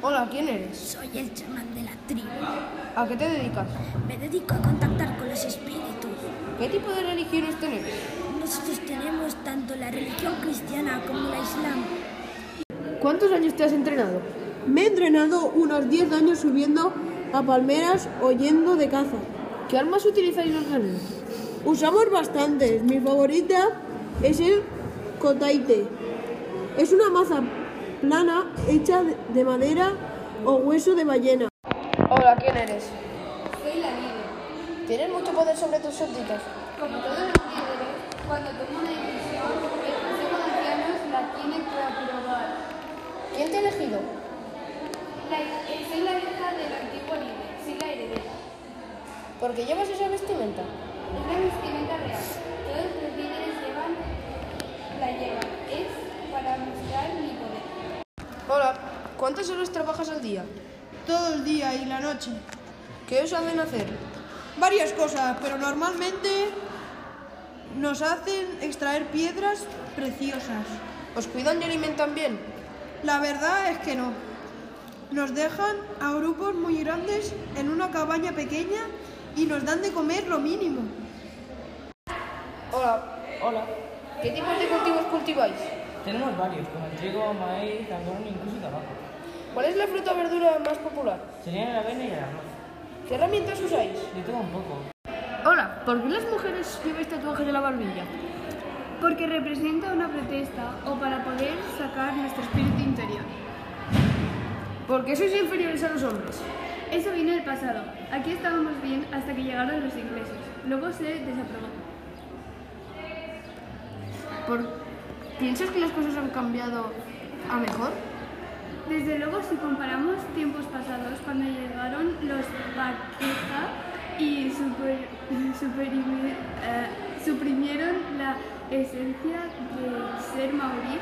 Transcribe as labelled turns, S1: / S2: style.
S1: Hola, ¿quién eres?
S2: Soy el chamán de la tribu.
S1: ¿A qué te dedicas?
S2: Me dedico a contactar con los espíritus.
S1: ¿Qué tipo de religiones tenéis?
S2: Nosotros tenemos tanto la religión cristiana como la islam.
S1: ¿Cuántos años te has entrenado?
S3: Me he entrenado unos 10 años subiendo a palmeras o yendo de caza.
S1: ¿Qué armas utilizáis los guerreros?
S3: Usamos bastantes. Mi favorita es el cotaite. Es una maza plana hecha de- de madera o hueso de ballena.
S1: Hola, ¿quién eres?
S4: Soy la nieve.
S1: ¿Tienes mucho poder sobre tus súbditos?
S4: Como todos los líderes, cuando toma una decisión, el Consejo de Ancianos la tiene que aprobar.
S1: ¿Quién te ha elegido?
S4: La, eh, soy la hija del antiguo líder, soy la heredera.
S1: ¿Por qué llevas esa vestimenta?
S4: Es la vestimenta real. Todos los líderes llevan, la llevan. Es para mostrar mi poder.
S1: Hola, ¿cuántas horas trabajas al día?
S5: Todo el día y la noche.
S1: ¿Qué os hacen hacer?
S5: Varias cosas, pero normalmente nos hacen extraer piedras preciosas.
S1: ¿Os cuidan y alimentan bien?
S5: La verdad es que no. Nos dejan a grupos muy grandes en una cabaña pequeña y nos dan de comer lo mínimo.
S1: Hola, hola. ¿Qué tipos de cultivos cultiváis?
S6: Tenemos varios, como el trigo, maíz, algodón, incluso tabaco.
S1: ¿Cuál es la fruta o verdura más popular?
S6: Serían la avena y el arroz.
S1: ¿Qué herramientas usáis?
S6: De todo un poco.
S1: Hola, ¿por qué las mujeres lleváis tatuajes de la barbilla?
S7: Porque representa una protesta o para poder sacar nuestro espíritu interior.
S1: ¿Por qué sois inferiores a los hombres?
S7: Eso vino del pasado. Aquí estábamos bien hasta que llegaron los ingleses. Luego se desaprobó.
S1: ¿Por... ¿Piensas que las cosas han cambiado a mejor?
S7: Desde luego, si comparamos tiempos pasados, cuando llegaron los Paqueta y super- superimi- eh, suprimieron la esencia de ser maorí,